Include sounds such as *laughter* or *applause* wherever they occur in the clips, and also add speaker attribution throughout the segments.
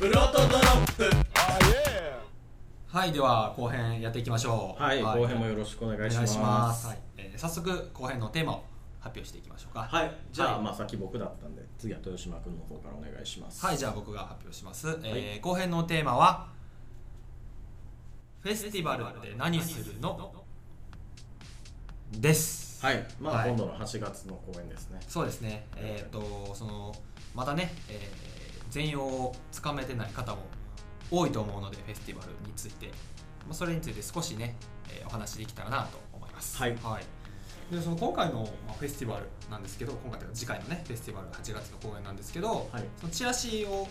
Speaker 1: ブロトドロップ
Speaker 2: はい、では後編やっていきましょう。
Speaker 3: はい、後編もよろしくお願
Speaker 2: お
Speaker 3: いし
Speaker 2: 願
Speaker 3: ま
Speaker 2: い
Speaker 3: す
Speaker 2: します。はい、えー早速後編のテーマを発表していきましょうか。
Speaker 3: はいじゃあ、
Speaker 2: はい
Speaker 3: まあ先僕だったんで次は豊島君の方からお願いします
Speaker 2: はい、じゃあ僕が発表します。えー後編のテーマは、フェスティバルって何するのです。
Speaker 3: はいまあ、
Speaker 2: はい
Speaker 3: 今度の8月の公演ですね
Speaker 2: そうですね。えっ、と、その、またね、えー全容をつかめてない方も多いと思うので、フェスティバルについて、まあ、それについて少しね、えーお話できたらなと思います。
Speaker 3: はい
Speaker 2: でその今回の、まあ、フェスティバルなんですけど今回というか次回のねフェスティバルが8月の公演なんですけど、
Speaker 3: はい
Speaker 2: そのチラシを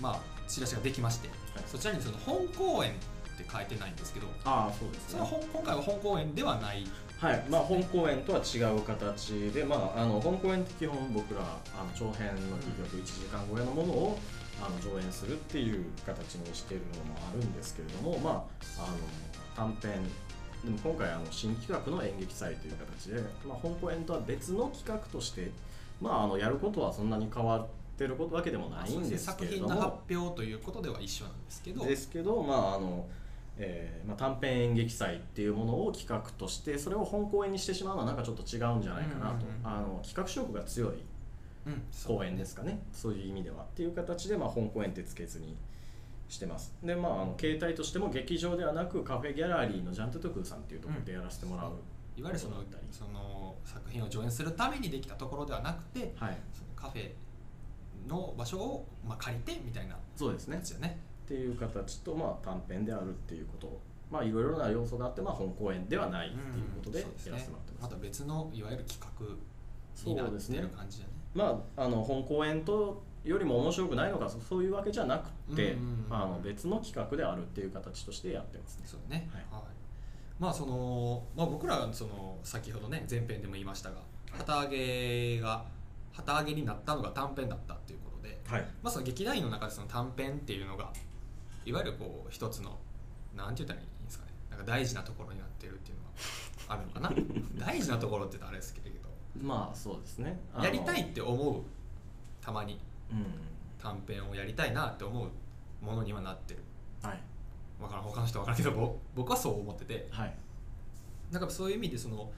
Speaker 2: まあチラシができまして、そちらにその本公演って書いてないんですけど
Speaker 3: ああそうです
Speaker 2: それは
Speaker 3: ね
Speaker 2: 本今回は本公演ではない
Speaker 3: はいまあ本公演とは違う形でまああの本公演って基本僕らあの長編の企画1時間超えのものをあの上演するっていう形にしているのもあるんですけれどもまああの短編でも今回あの新企画の演劇祭という形で、まあ、本公演とは別の企画として、まあ、あのやることはそんなに変わってることわけでもないんですけ
Speaker 2: 作
Speaker 3: れ
Speaker 2: 品
Speaker 3: ど
Speaker 2: の
Speaker 3: も
Speaker 2: 発表ということでは一緒なんですけど
Speaker 3: ですけど、まああのえーまあ、短編演劇祭っていうものを企画としてそれを本公演にしてしまうのはなんかちょっと違うんじゃないかなと、
Speaker 2: うんうんうん
Speaker 3: あの企画色が強い
Speaker 2: うん、
Speaker 3: 公演ですかねそういう意味ではっていう形で、まあ、本公演ってつけずにしてますでまああの形態としても劇場ではなくカフェギャラリーのジャン・トゥトゥクーさんっていうところでやらせてもらう、
Speaker 2: いわゆるそのその作品を上演するためにできたところではなくて
Speaker 3: はい
Speaker 2: そのカフェの場所を、まあ、借りてみたいな
Speaker 3: そうですね
Speaker 2: やつよね
Speaker 3: っていう形と、まあ、短編であるっていうことまあいろいろな要素があって、まあ、本公演ではないっていうことでや
Speaker 2: んそうすね
Speaker 3: らせてもらってます、
Speaker 2: また別のいわゆる企画にな
Speaker 3: そう
Speaker 2: っ
Speaker 3: です
Speaker 2: て
Speaker 3: ね
Speaker 2: る感じだね
Speaker 3: まあ、あの本公演とよりも面白くないのかそそういうわけじゃなくて、
Speaker 2: うんうんうん
Speaker 3: まあ、あの別の企画であるっていう形としてやってますね。
Speaker 2: そうね
Speaker 3: はい
Speaker 2: はいまあその、まあ、僕らはその先ほどね前編でも言いましたが旗揚げが旗揚げになったのが短編だったっていうことで、
Speaker 3: はい、
Speaker 2: まあ、その劇団員の中でその短編っていうのがいわゆるこう一つのなんて言ったらいいんですかねなんか大事なところになってるっていうのがあるのかな大事なところって言ったらあれですけど
Speaker 3: まあそうですね。あの
Speaker 2: やりたいっ、て思うたまに
Speaker 3: うん
Speaker 2: 短編をやりたいなって思うものにはなってる
Speaker 3: はい
Speaker 2: わからん他の人は分からんけどぼ僕はそう思ってて
Speaker 3: はい
Speaker 2: だからそういう意味でその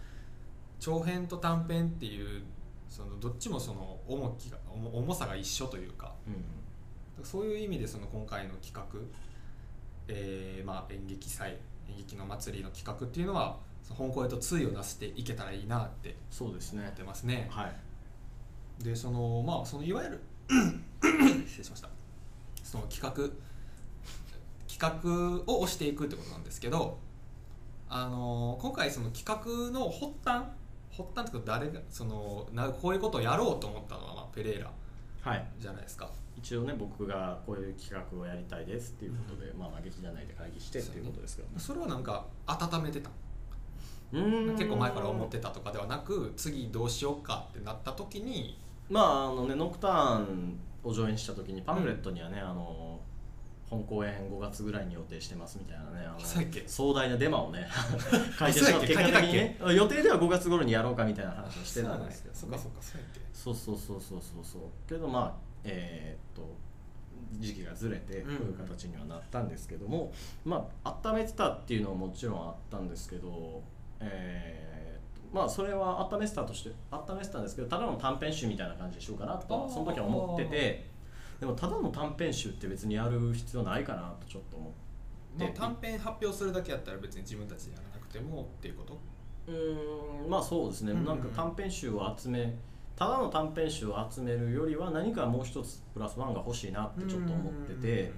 Speaker 2: 長編と短編っていうそのどっちもその重きが重重さが一緒というか
Speaker 3: うん
Speaker 2: そういう意味でその今回の企画、えーまあ、演劇祭演劇の祭りの企画っていうのはその本公演と対を出していけたらいいなって
Speaker 3: そうです
Speaker 2: や
Speaker 3: ね
Speaker 2: っ。てますね。
Speaker 3: はい
Speaker 2: でそのまあそのいわゆる *coughs* 失礼しましたその企画企画を押していくってことなんですけどあの今回その企画の発端発端っていうか誰がそのなこういうことをやろうと思ったのは、まあ、ペレイラ
Speaker 3: はい。
Speaker 2: じゃないですか
Speaker 3: 一応ね僕がこういう企画をやりたいですっていうことで、まあまあ劇団内で会議してっていうことですけど、
Speaker 2: それをなんか温めてた
Speaker 3: うん
Speaker 2: 結構前から思ってたとかではなく次どうしようかってなった時に
Speaker 3: まああのねノクターンを上演した時にパンフレットにはね、あの本公演5月ぐらいに予定してますみたいなねあの
Speaker 2: そうやっけ
Speaker 3: 壮大なデマ
Speaker 2: *laughs*
Speaker 3: をね書いてしまっ
Speaker 2: そ
Speaker 3: て
Speaker 2: う
Speaker 3: 結
Speaker 2: やっけ
Speaker 3: 果的にね予定では5月頃にやろうかみたいな話をしてた
Speaker 2: なんん
Speaker 3: で
Speaker 2: ですす
Speaker 3: け
Speaker 2: け
Speaker 3: ど、
Speaker 2: ど
Speaker 3: ね、
Speaker 2: そうかそうかそうやって
Speaker 3: そうそうそうそうそうそうけどまあえーっと時期がずれてこ
Speaker 2: う
Speaker 3: うんいう形にはなったんですけども、まあ温めてたっていうのはもちろんあったんですけどえーっとまあそれは温めてたとして温めてたんですけどただの短編集みたいな感じにしようかなと
Speaker 2: あ
Speaker 3: は
Speaker 2: ー
Speaker 3: その時は思っててでもただの短編集って別にやる必要ないかなとちょっと思って。
Speaker 2: まあ短編発表するだけやったら別に自分たちでやらなくてもっていうこと
Speaker 3: うーんまあそうですね、
Speaker 2: うんうん
Speaker 3: なんか短編集を集めただの短編集を集めるよりは何かもう一つプラスワンが欲しいなってちょっと思ってて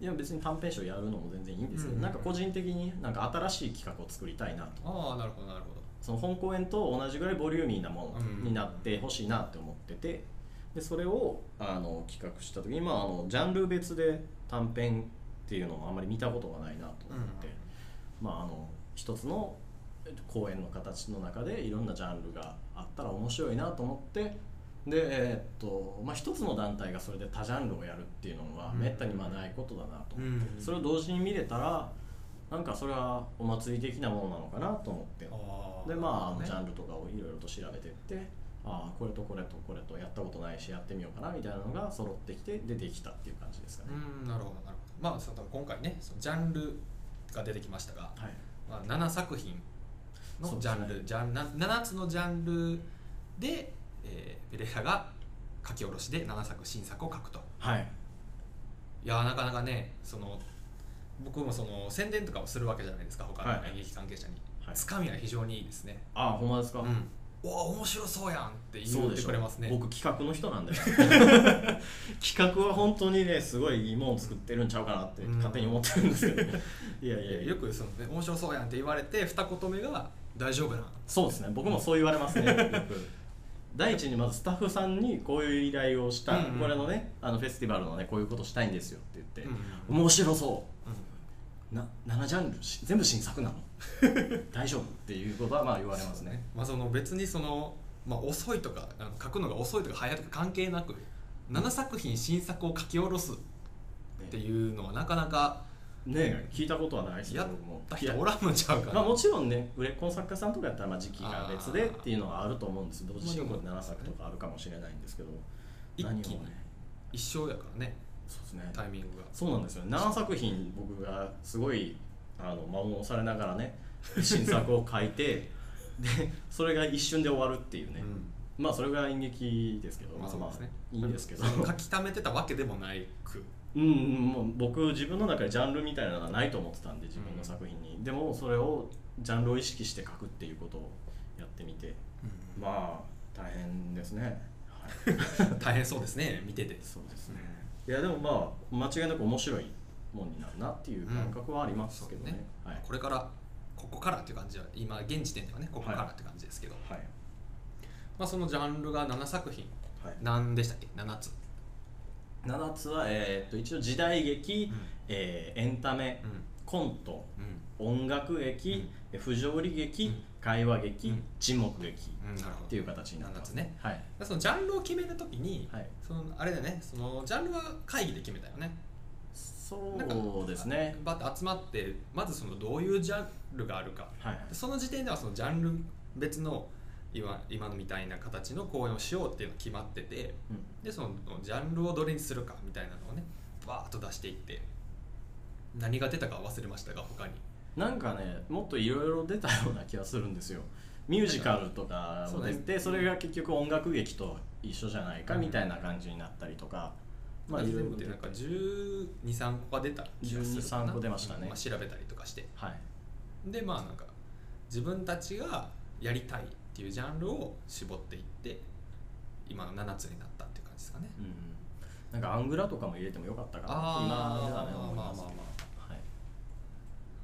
Speaker 3: いや別に短編集をやるのも全然いいんですけど、
Speaker 2: うんうん
Speaker 3: なんか個人的になんか新しい企画を作りたいなと
Speaker 2: ああなるほどなるほど
Speaker 3: その本公演と同じぐらいボリューミーなも
Speaker 2: うん
Speaker 3: のになってほしいなって思っててでそれをあの企画した時に、まあ、あのジャンル別で短編っていうのもあんまり見たことがないなと思って。まあ、あの一つのえっと公演の形の中でいろんなジャンルがあったら面白いなと思ってで、えーっとまあ、一つの団体がそれで多ジャンルをやるっていうのは
Speaker 2: うん
Speaker 3: めったにまあないことだなと、
Speaker 2: うん
Speaker 3: それを同時に見れたらなんかそれはお祭り的なものなのかなと思って
Speaker 2: あー
Speaker 3: でまああのジャ
Speaker 2: なる
Speaker 3: ンルとかをいろいろと調べてってああこれとこれとこれとやったことないしやってみようかなみたいなのが揃ってきて出てきたっていう感じですかね、
Speaker 2: うんなるほどなるほどまあその今回ねそのジャンルが出てきましたが、
Speaker 3: はい
Speaker 2: まあ、7作品
Speaker 3: そ
Speaker 2: の
Speaker 3: う
Speaker 2: ジ
Speaker 3: です
Speaker 2: ャ
Speaker 3: ね
Speaker 2: ンル、ジャンな7つのジャンルで、えー、ペレイラが書き下ろしで7作新作を書くと
Speaker 3: はい
Speaker 2: いやーなかなかねその僕もその宣伝とかをするわけじゃないですか他の
Speaker 3: はい
Speaker 2: 演劇関係者に、
Speaker 3: はい
Speaker 2: つかみは非常にいいですね、
Speaker 3: ああほんまですか、
Speaker 2: うんおお面白そうやんって
Speaker 3: そ
Speaker 2: 言
Speaker 3: う
Speaker 2: っ
Speaker 3: で
Speaker 2: て
Speaker 3: しょ
Speaker 2: くれますね
Speaker 3: 僕企画の人なんだよ
Speaker 2: *laughs*
Speaker 3: 企画は本当にねすごいいいものを作ってるんちゃうかなって
Speaker 2: うん
Speaker 3: 勝手に思ってるん
Speaker 2: *laughs*
Speaker 3: ですけど、いやい
Speaker 2: い
Speaker 3: や
Speaker 2: や
Speaker 3: いや
Speaker 2: よくその、ね、面白そうやんって言われて二言目が「大丈夫なん」
Speaker 3: そうですね僕もそう言われますねよく第一にまずスタッフさんにこういう依頼をした、
Speaker 2: うんうん
Speaker 3: これのねあのフェスティバルのねこういうことしたいんですよって言って、
Speaker 2: うん
Speaker 3: 面白そう
Speaker 2: う
Speaker 3: な7ジャンルし全部新作なの *laughs* 大丈夫っていうことはまあ言われますね
Speaker 2: んまあ、その別にその、まあ、遅いとかあの書くのが遅いとか早いとか関係なく7作品新作を書き下ろすっていうのはなかなか
Speaker 3: ねえ聞いたことはないですけど
Speaker 2: やっ
Speaker 3: も
Speaker 2: た
Speaker 3: いや
Speaker 2: 人おらんのちゃうか
Speaker 3: まあ
Speaker 2: な
Speaker 3: もちろんね売れっ子の作家さんとかやったらまあ時期が別でっていうのはあると思うんです同時進行で7作とかあるかもしれないんですけど
Speaker 2: 一
Speaker 3: 何を
Speaker 2: 気に
Speaker 3: ね
Speaker 2: 一生やからね
Speaker 3: そうですね
Speaker 2: タイミングが
Speaker 3: そうなんですよね7作品僕がすごいあの摩耗されながらね新作を書いて *laughs* でそれが一瞬で終わるっていうね、まあそれが演劇ですけど、
Speaker 2: まあそうですね
Speaker 3: いいんですけど
Speaker 2: その書き溜めてたわけでもないく
Speaker 3: うんうん、もう僕自分の中でジャンルみたいなのはないと思ってたんで自分の作品に、でもそれをジャンルを意識して書くっていうことをやってみてまあ大変ですね、 *laughs* はい、
Speaker 2: 大変そうですね見てて
Speaker 3: そうですねいやでもまあ間違いなく面白いもんになるなっていう感覚はありますけどね,、はい
Speaker 2: これからここからっていう感じは今現時点ではねここからって感じですけど、
Speaker 3: はい
Speaker 2: まあ、そのジャンルが7作品
Speaker 3: はい、
Speaker 2: 何でしたっけ7つ、
Speaker 3: 7つは、えーっと一応時代劇、
Speaker 2: うん
Speaker 3: えーエンタメ、コント
Speaker 2: う
Speaker 3: 音楽劇、え不条理劇、
Speaker 2: うん
Speaker 3: 会話劇、
Speaker 2: うん
Speaker 3: 沈黙劇、
Speaker 2: んなるほど
Speaker 3: っていう形になってます
Speaker 2: なんで
Speaker 3: はい
Speaker 2: そのジャンルを決めるときに、
Speaker 3: はい
Speaker 2: そのあれだよねそのジャンルは会議で決めたよね
Speaker 3: そうですね
Speaker 2: バッて集まってまずそのどういうジャンルがあるか
Speaker 3: はい
Speaker 2: その時点ではそのジャンル別の今今のみたいな形の公演をしようっていうのが決まってて
Speaker 3: うん
Speaker 2: でそのジャンルをどれにするかみたいなのをねわーっと出していって何が出たかは忘れましたが他に
Speaker 3: なんかねもっといろいろ出たような気がするんですよミュージカルとか
Speaker 2: そ
Speaker 3: も出
Speaker 2: うだね
Speaker 3: てそれが結局音楽劇と一緒じゃないか
Speaker 2: うん
Speaker 3: みたいな感じになったりとか、まあいろい
Speaker 2: 全
Speaker 3: ろ
Speaker 2: 部
Speaker 3: 出
Speaker 2: で
Speaker 3: て
Speaker 2: なんか123個が出た気がするかな
Speaker 3: 12 13個出ましたね
Speaker 2: あ、調べたりとかして
Speaker 3: はい
Speaker 2: でまあなんか自分たちがやりたいっていうジャンルを絞っていって今の7つになったっていう感じですかね
Speaker 3: うん、なんかアングラとかも入れてもよかったかなって
Speaker 2: あ
Speaker 3: 今で
Speaker 2: ーま
Speaker 3: は
Speaker 2: あ
Speaker 3: ね
Speaker 2: ま
Speaker 3: 思い
Speaker 2: あまあ
Speaker 3: ます
Speaker 2: ま
Speaker 3: け
Speaker 2: あ
Speaker 3: どはい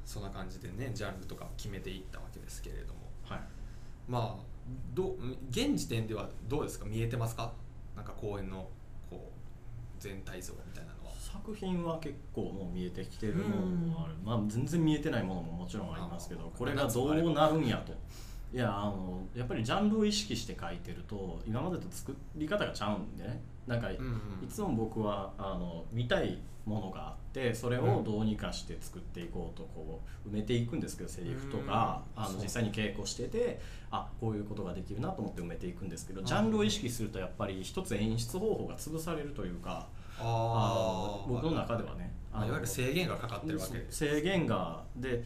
Speaker 2: そんな感じでねジャンルとかを決めていったわけですけれども
Speaker 3: はい
Speaker 2: まあどう現時点ではどうですか見えてますかなんか公演のこう全体像みたいなのは
Speaker 3: 作品は結構もう見えてきてるものもある、まあ、全然見えてないものももちろんありますけど
Speaker 2: あー
Speaker 3: これがどうなるんやといやあのやっぱりジャンルを意識して書いてると今までと作り方がちゃうんでねなんかい
Speaker 2: うんうん
Speaker 3: つも僕はあの見たいものがあってそれをどうにかして作っていこうとこう埋めていくんですけどセリフとか
Speaker 2: うん
Speaker 3: あ
Speaker 2: そう
Speaker 3: の実際に稽古しててあこういうことができるなと思って埋めていくんですけど
Speaker 2: うん
Speaker 3: ジャンルを意識するとやっぱり一つ演出方法が潰されるというか。あ
Speaker 2: あ
Speaker 3: の僕の中ではね
Speaker 2: あいわゆる制限がかかってるわけです
Speaker 3: そう制限がで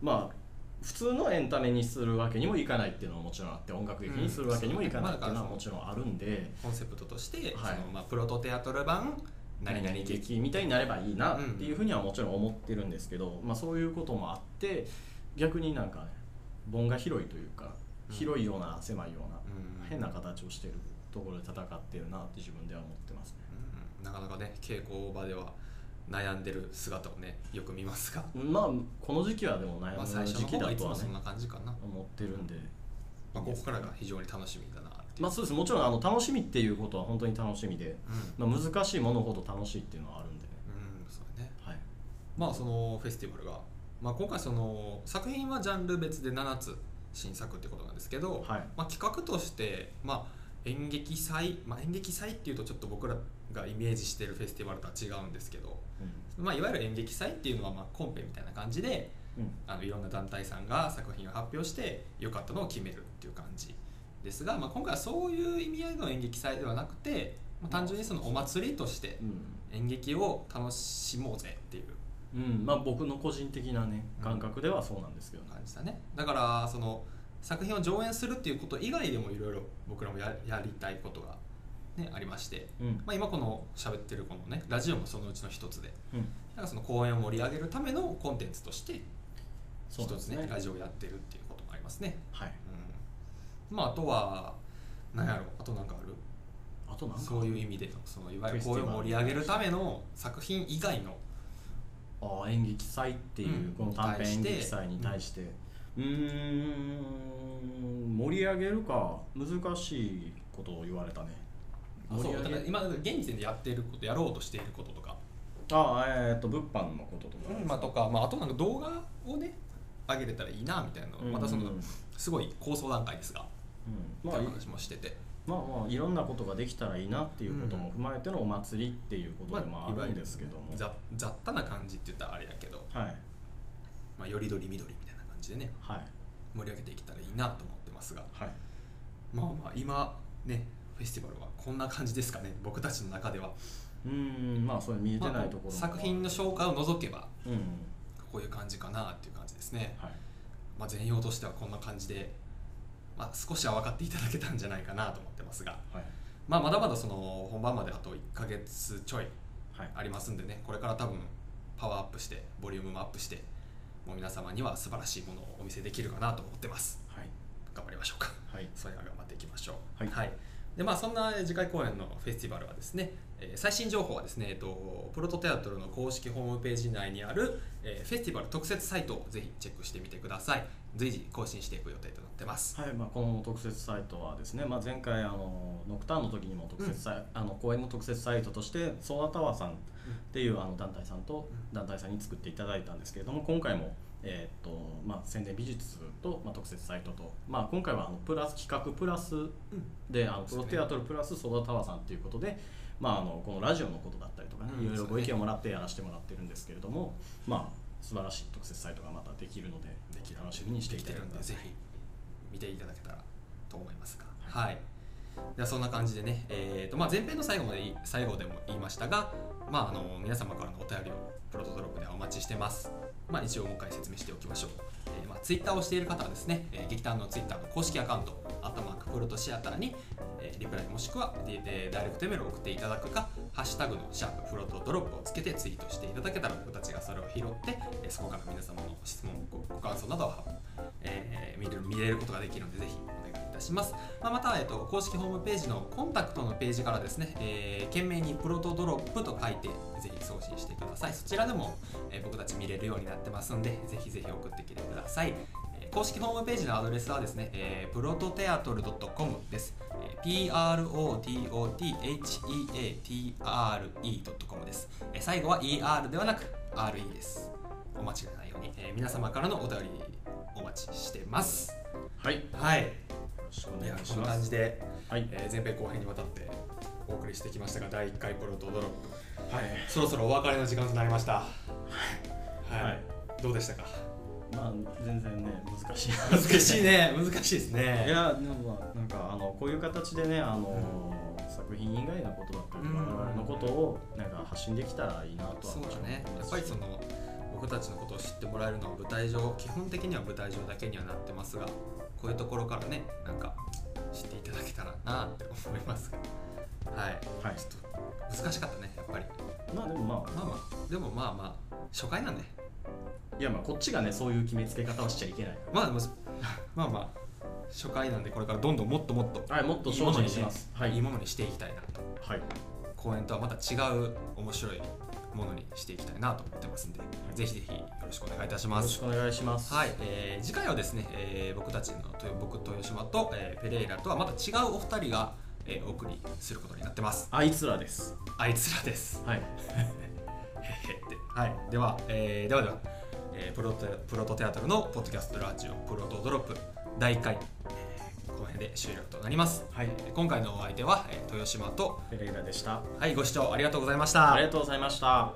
Speaker 3: まあ普通のエンタメにするわけにもいかないっていうのももちろんあって音楽劇にするわけにもいかないっていうのはもちろんあるんで
Speaker 2: コンセプトとして、
Speaker 3: はい
Speaker 2: そのまあ、プロトテアトル版何々劇
Speaker 3: みたいになればいいなっていうふうにはもちろん思ってるんですけど、まあ、そういうこともあって逆になんかね盆が広いというか
Speaker 2: うん
Speaker 3: 広いような狭いような
Speaker 2: うん
Speaker 3: 変な形をしてるところで戦ってるなって自分では思ってますね。
Speaker 2: うんなかなかね稽古場では悩んでる姿をねよく見ますが、
Speaker 3: まあこの時期はでも悩
Speaker 2: まあ、
Speaker 3: む
Speaker 2: 最初
Speaker 3: 時
Speaker 2: の
Speaker 3: 期
Speaker 2: 方が
Speaker 3: だ
Speaker 2: いつ
Speaker 3: と
Speaker 2: も
Speaker 3: は
Speaker 2: そ
Speaker 3: ね
Speaker 2: んな感じかな、
Speaker 3: 思ってるんで、
Speaker 2: まあ、ここからが非常に楽しみだなっていう、
Speaker 3: まあ、そうですもちろんあの楽しみっていうことは本当に楽しみで、
Speaker 2: うん
Speaker 3: まあ、難しいものほど楽しいっていうのはあるんでね、
Speaker 2: うんそうだね
Speaker 3: はい、
Speaker 2: まあそのフェスティバルが、まあ、今回その作品はジャンル別で7つ新作ってことなんですけど、
Speaker 3: はい
Speaker 2: まあ、企画として、まあ、演劇祭、まあ、演劇祭っていうとちょっと僕らがイメージしてるフェスティバルとは違うんですけど、まあ、いわゆる演劇祭っていうのはまあコンペみたいな感じで
Speaker 3: うん
Speaker 2: あのいろんな団体さんが作品を発表して良かったのを決めるっていう感じですが、まあ、今回はそういう意味合いの演劇祭ではなくて、まあ、単純にそのお祭りとして演劇を楽しもうぜっていう
Speaker 3: うん、まあ僕の個人的なね感覚ではそうなんですけどね、
Speaker 2: 感じだねだからその作品を上演するっていうこと以外でもいろいろ僕らもややりたいことが、ね、ありまして、
Speaker 3: うん
Speaker 2: まあ、今この喋ってるこのねラジオもそのうちの一つで
Speaker 3: うん、
Speaker 2: なんかその公演を盛り上げるためのコンテンツとして一
Speaker 3: そうで
Speaker 2: つ
Speaker 3: す
Speaker 2: ね
Speaker 3: ね
Speaker 2: ラジオをやってるっていうこともありますね、
Speaker 3: はい
Speaker 2: うん、まああとは何やろうあとなんかある
Speaker 3: あとなんか
Speaker 2: そういう意味でのそのいわゆる
Speaker 3: フ
Speaker 2: 公
Speaker 3: ェステ
Speaker 2: 演
Speaker 3: ィ
Speaker 2: を
Speaker 3: バル
Speaker 2: 盛り上げるための作品以外の
Speaker 3: ああ演劇祭っていう、
Speaker 2: うん
Speaker 3: この短編演劇祭に対してうーん盛り上げるか難しいことを言われたね
Speaker 2: あそうだから
Speaker 3: る
Speaker 2: 今現時点でやっていることやろうとしていることとか、
Speaker 3: ああえーっと物販のこととか、
Speaker 2: まあ、とか、まあ、あとなんか動画をね上げれたらいいなみたいなの
Speaker 3: うん
Speaker 2: またその
Speaker 3: うん
Speaker 2: すごい構想段階ですが、
Speaker 3: うんまあ
Speaker 2: って
Speaker 3: い
Speaker 2: いう話もしてて、
Speaker 3: まあまあいろんなことができたらいいなっていうことも踏まえてのお祭りっていうことでもあるんですけども、
Speaker 2: ざ雑多な感じって言ったらあれやけど、
Speaker 3: はい
Speaker 2: まあ、よりどりみどりみたいな感じでね
Speaker 3: はい
Speaker 2: 盛り上げていけたらいいなと思ってますが
Speaker 3: はい
Speaker 2: まあまあ今ねフェスティバルはこんな感じですかね僕たちの中では
Speaker 3: うーんまあそれ見えてないところ
Speaker 2: ま
Speaker 3: も、
Speaker 2: あ作品の紹介を除けば
Speaker 3: うん
Speaker 2: こういう感じかなっていう感じですね、
Speaker 3: はい
Speaker 2: まあ、全容としてはこんな感じで、まあ、少しは分かっていただけたんじゃないかなと思ってますが、
Speaker 3: はい
Speaker 2: まあ、まだまだその本番まであと1ヶ月ちょい
Speaker 3: はい
Speaker 2: ありますんでねこれから多分パワーアップしてボリュームもアップしてもう皆様には素晴らしいものをお見せできるかなと思ってます
Speaker 3: はい
Speaker 2: 頑張りましょうか
Speaker 3: はい
Speaker 2: それは頑張っていきましょう。
Speaker 3: はい
Speaker 2: でまあ、そんな次回公演のフェスティバルはですね、えー最新情報はですね、えっと、プロトテアトルの公式ホームページ内にある、えーフェスティバル特設サイトをぜひチェックしてみてください随時更新していく予定となってます、
Speaker 3: はいまあ、この特設サイトはですね、まあ、前回あのノクターンの時にも特設サイ、あの公演の特設サイトとしてソーダタワーさんっていうあの団体さんと
Speaker 2: う
Speaker 3: 団体さんに作っていただいたんですけれども今回も、えーっとまあ、宣伝美術と、まあ、特設サイトと、まあ、今回はあのプラス企画プラスであのプロテアトルプラスソーダタワーさんということで、まあ、あのこのラジオのことだったりとかね
Speaker 2: うん
Speaker 3: いろいろご意
Speaker 2: そうですね
Speaker 3: 見をもらってやらせてもらってるんですけれども、まあ、素晴らしい特設サイトがまたできるので
Speaker 2: できる
Speaker 3: 楽しみにして
Speaker 2: で
Speaker 3: い
Speaker 2: き
Speaker 3: た
Speaker 2: て
Speaker 3: だ
Speaker 2: るん
Speaker 3: き
Speaker 2: で
Speaker 3: た
Speaker 2: ぜ
Speaker 3: い
Speaker 2: ひ見ていただけたらと思いますがはい、ではそんな感じでね、えーとまあ、前編の最後までい最後でも言いましたが、まあ、あの皆様からのお便りをプロトドロップではお待ちしてます、まあ、一応もう一回説明しておきましょう、えーまあ、ツイッターをしている方はですね、えー劇団のツイッターの公式アカウント「アットマークプロトシアターに」えーリプライもしくは、えーダイレクトメールを送っていただくか「ハッシュタグのシャーププロトドロップ」をつけてツイートしていただけたら僕たちがそれを拾って、えーそこから皆様の質問ごご感想などを、えー見れる見れることができるのでぜひお願いいたしますまあ、また、えっと、公式ホームページのコンタクトのページからですね、えー、懸命にプロトドロップと書いて、ぜひ送信してください。そちらでも、えー僕たち見れるようになってますんで、ぜひぜひ送ってきてください。えー公式ホームページのアドレスはですね、えー、プロトテアトル .com です。えー prototheatre.com です。えー最後は ER ではなく RE です。お間違いないように、えー皆様からのお便りお待ちしてます。
Speaker 3: はい、よ
Speaker 2: はい。
Speaker 3: ろしくお
Speaker 2: いや
Speaker 3: 願いし
Speaker 2: こんな
Speaker 3: ま
Speaker 2: 感
Speaker 3: す
Speaker 2: じで
Speaker 3: はい、
Speaker 2: えー前編後編にわたってお送りしてきましたが第1回プロトドロップ
Speaker 3: はい、
Speaker 2: そろそろお別れの時間となりましたは
Speaker 3: はい
Speaker 2: どうでしたか
Speaker 3: まあ全然ね難しい
Speaker 2: 難しいね難しいですね
Speaker 3: いやでもまあなんかあのこういう形でねあの、作品以外のことだったりとか、
Speaker 2: うん
Speaker 3: 我々のことをなんか発信できたらいいなとは
Speaker 2: そうだね
Speaker 3: 思いま
Speaker 2: や
Speaker 3: す
Speaker 2: っぱりその僕たちのことを知ってもらえるのは舞台上基本的には舞台上だけにはなってますがこういうところからねなんか知っていただけたらなって思いますがはい
Speaker 3: はい
Speaker 2: ちょっと難しかったねやっぱり
Speaker 3: まあでもまあ
Speaker 2: まあまあでもまあまあ初回なんで
Speaker 3: いやまあこっちがねそういう決めつけ方をしちゃいけない
Speaker 2: まあでも *laughs* まあまあ初回なんでこれからどんどんもっともっと
Speaker 3: はいもっと精進します
Speaker 2: いいものにねいい
Speaker 3: はい
Speaker 2: ものにしていきたいなと
Speaker 3: はい
Speaker 2: 公演とはまた違う面白いものにしていきたいなと思ってますんで、ぜひぜひよろしくお願いいたし
Speaker 3: よ
Speaker 2: ま
Speaker 3: ろ
Speaker 2: す
Speaker 3: しくお願いします
Speaker 2: はい、えー次回はですね、えー僕たちのと僕豊島と、えーペレイラとはまた違うお二人が、えーお送りすることになってます
Speaker 3: あいつらです
Speaker 2: あいつらです
Speaker 3: はい
Speaker 2: へへってはいでは、えーではでは、えープロトプロトテアトルのポッドキャストラジオプロトドロップ第1回、えーこの辺で終了となります
Speaker 3: はい
Speaker 2: えー今回のお相手は、えー豊島と
Speaker 3: ペレイラでした
Speaker 2: はいご視聴ありがとうございました
Speaker 3: ありがとうございました